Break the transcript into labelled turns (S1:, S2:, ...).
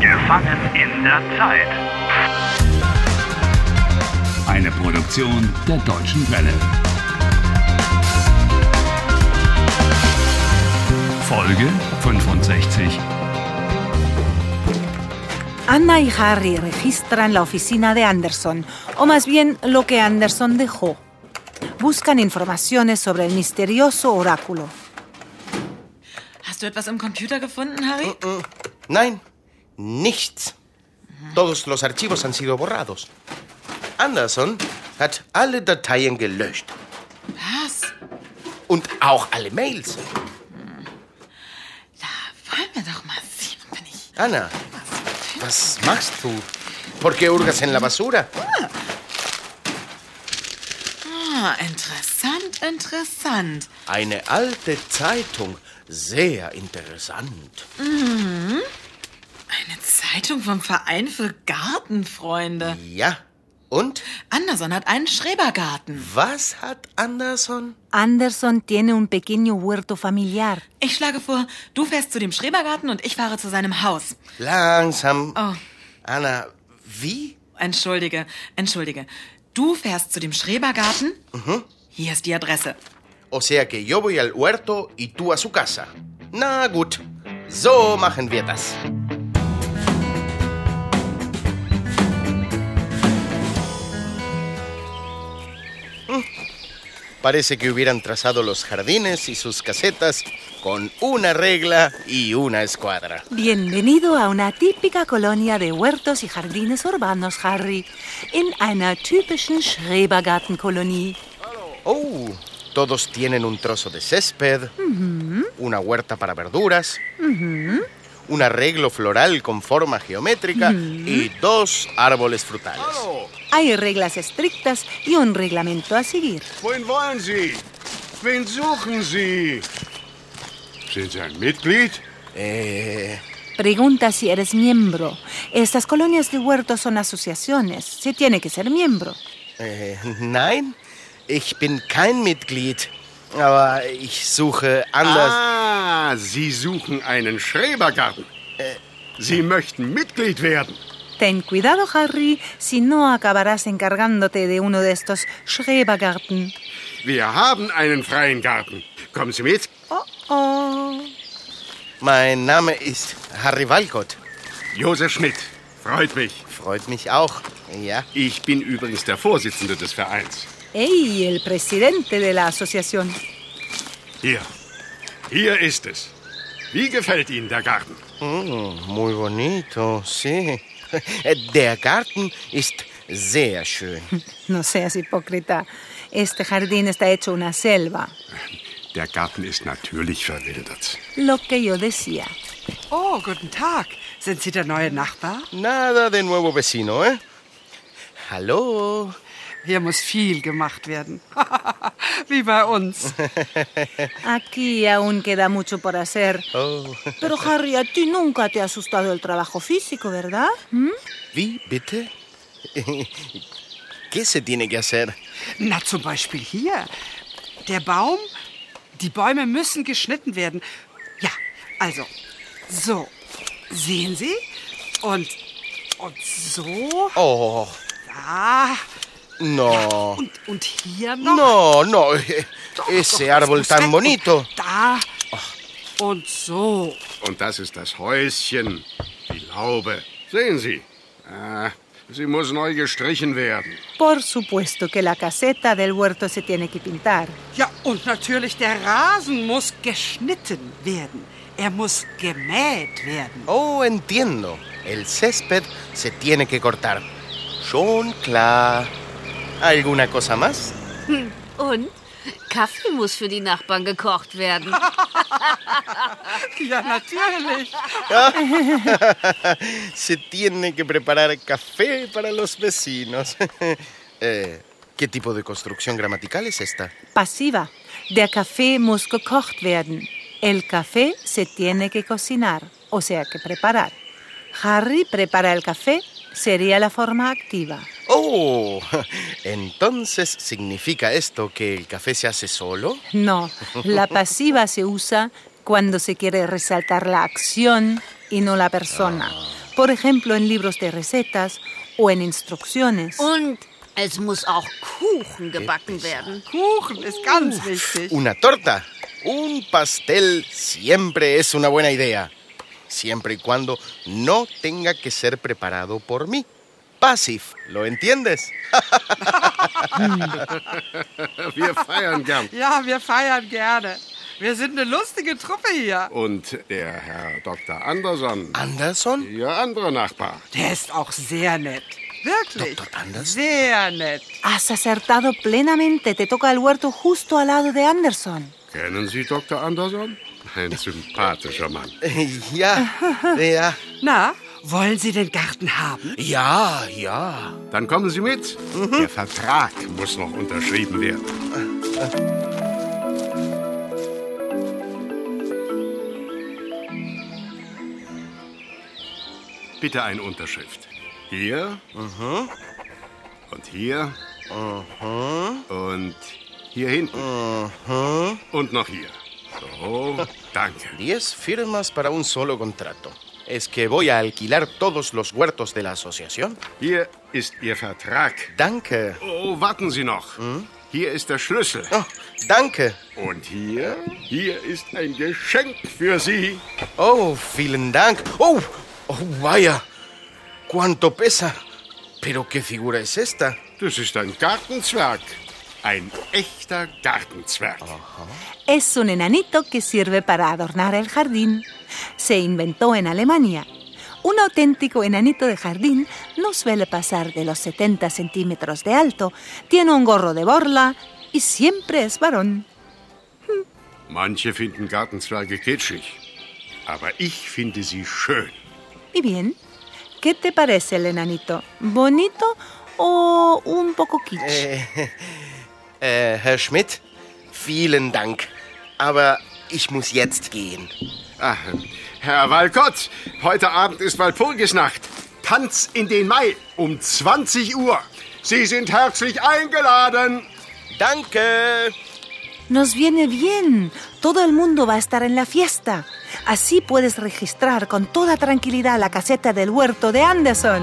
S1: Gefangen in der Zeit.
S2: Eine Produktion der Deutschen Welle. Folge 65.
S3: Anna y Harry registran la oficina de Anderson, o más bien lo que Anderson dejó. Buscan informaciones sobre el misterioso oráculo.
S4: Hast du etwas im Computer gefunden, Harry?
S5: Nein, nichts. Todos los archivos han sido borrados. Anderson hat alle Dateien gelöscht
S4: Was?
S5: und auch alle Mails.
S4: Da wollen wir doch mal sehen, wenn ich.
S5: Anna, was machst du? ¿Por qué hurgas en la basura?
S4: Ah, interessant, interessant.
S5: Eine alte Zeitung. Sehr interessant.
S4: Eine Zeitung vom Verein für Gartenfreunde.
S5: Ja. Und
S4: Anderson hat einen Schrebergarten.
S5: was hat Anderson?
S3: Anderson tiene un pequeño huerto familiar.
S4: Ich schlage vor, du fährst zu dem Schrebergarten und ich fahre zu seinem Haus.
S5: Langsam.
S4: Oh,
S5: Anna, wie?
S4: entschuldige, entschuldige. Du fährst zu dem Schrebergarten. Hier ist die Adresse.
S5: O sea que yo voy al huerto y tú a su casa. Na gut. So machen wir das. Mm. Parece que hubieran trazado los jardines y sus casetas con una regla y una escuadra.
S3: Bienvenido a una típica colonia de huertos y jardines urbanos, Harry. In einer typischen Schrebergartenkolonie.
S5: Oh, todos tienen un trozo de césped, una huerta para verduras, un arreglo floral con forma geométrica y dos árboles frutales.
S3: Hay reglas estrictas y un reglamento a seguir.
S6: Wohin wollen Sie? Wen suchen Sie? Sind Sie ein Mitglied?
S5: Eh,
S3: Pregunta si eres miembro. Estas colonias de huertos son asociaciones. Se tiene que ser miembro.
S5: eh, nein, ich bin kein Mitglied, aber ich suche anders.
S6: Ah, Sie suchen einen Schrebergarten. Sie möchten Mitglied werden.
S3: Ten cuidado, Harry, si no acabarás encargándote de uno de estos Schrebergarten.
S6: Wir haben einen freien Garten. Kommen Sie mit.
S3: Oh, oh.
S5: Mein Name ist Harry Walcott.
S6: Josef Schmidt. Freut mich.
S5: Freut mich auch. Ja.
S6: Ich bin übrigens der Vorsitzende des Vereins.
S3: ¡Ey! El presidente de la asociación.
S6: Hier. Hier ist es. Wie gefällt Ihnen der Garten?
S5: Mm, muy bonito, sí. Der Garten ist sehr schön.
S3: No seas hipócrita. Este jardín está hecho una selva.
S6: Der Garten ist natürlich verwildert.
S3: Lo que yo decía.
S7: Oh, guten Tag. Sind Sie der neue Nachbar?
S5: Nada de nuevo vecino, ¿eh? Hallo.
S7: Hier muss viel gemacht werden. Wie bei uns.
S3: Aquí aún queda mucho por hacer.
S5: Oh.
S3: Pero Harry, a ti nunca te ha asustado el trabajo físico, ¿verdad? ¿Mm?
S5: Wie bitte? ¿Qué se tiene que hacer?
S7: Na, zum Beispiel hier. Der Baum. Die Bäume müssen geschnitten werden. Ja, also. So. Sehen Sie? Und. Und so.
S5: Oh,
S7: Ah.
S5: no.
S7: Und, und hier noch.
S5: Oh. No, no. eh,
S7: Doch,
S5: Ese
S7: doch,
S5: árbol
S7: das muss
S5: tan
S7: weg.
S5: bonito. Oh.
S7: Und da. Und so.
S6: Und das ist das Häuschen. Die Laube. Sehen Sie. Ah, sie muss neu gestrichen werden.
S3: Por supuesto que la caseta del huerto se tiene que pintar.
S7: Ja, und natürlich der Rasen muss geschnitten werden. Er muss gemäht werden.
S5: Oh, entiendo. El césped se tiene que cortar. Schon klar. ¿Alguna cosa más?
S8: Und Kaffee muss für die Nachbarn gekocht werden.
S7: Ja, natürlich.
S5: Se tiene que preparar café para los vecinos. Eh, ¿Qué tipo de construcción gramatical es esta?
S3: Pasiva. Der Kaffee muss gekocht werden. El café se tiene que cocinar, o sea que preparar. Harry prepara el café sería la forma activa.
S5: Oh, entonces significa esto que el café se hace solo?
S3: No, la pasiva se usa cuando se quiere resaltar la acción y no la persona. Por ejemplo, en libros de recetas o en instrucciones.
S8: Und es muss auch Kuchen gebacken werden.
S7: Kuchen ist ganz wichtig.
S5: Una torta, un pastel siempre es una buena idea. Siempre y cuando no tenga que ser preparado por mí. Passiv, ¿lo entiendes?
S6: Wir feiern gern.
S7: Ja, wir feiern gerne. Wir sind eine lustige Truppe hier.
S6: Und der Herr Dr. Anderson,
S5: Anderson?
S6: Ihr anderer Nachbar.
S7: Der ist auch sehr nett. Wirklich.
S5: Dr. Anders?
S7: Sehr nett.
S3: Has acertado plenamente. Te toca el huerto justo al lado de Anderson.
S6: Kennen Sie Dr. Anderson? Ein sympathischer Mann.
S5: Ja, ja.
S7: Na, wollen Sie den Garten haben?
S5: Ja, ja.
S6: Dann kommen Sie mit. Der Vertrag muss noch unterschrieben werden. Bitte eine Unterschrift. Hier. Mhm. Und hier. Und hier hinten. Und noch hier. So, danke.
S5: 10 firmas para un solo contrato. Es que voy a alquilar todos los huertos de la asociación.
S6: Hier ist Ihr Vertrag.
S5: Danke.
S6: Oh, warten Sie noch. Hier ist der Schlüssel.
S5: Oh, danke.
S6: Und hier, hier ist ein Geschenk für Sie.
S5: Oh, vielen Dank. Oh, oh, vaya. ¿Cuánto pesa? Pero qué figura es esta.
S6: Das ist ein Gartenzwerg. Ein echter Gartenzwerg.
S3: Es un enanito que sirve para adornar el jardín. Se inventó en Alemania. Un auténtico enanito de jardín no suele pasar de los 70 centímetros de alto, tiene un gorro de borla y siempre es varón.
S6: Manche finden Gartenzwerge kitschig. Aber ich finde sie schön.
S3: Y bien, ¿qué te parece el enanito? ¿Bonito o un poco kitsch?
S5: Äh, Herr Schmidt, vielen Dank. Aber ich muss jetzt gehen.
S6: Ah, Herr Walcott, heute Abend ist Walpurgisnacht. Tanz in den Mai um 20 Uhr. Sie sind herzlich eingeladen.
S5: Danke.
S3: Nos viene bien. Todo el mundo va a estar en la fiesta. Así puedes registrar con toda tranquilidad la caseta del huerto de Anderson.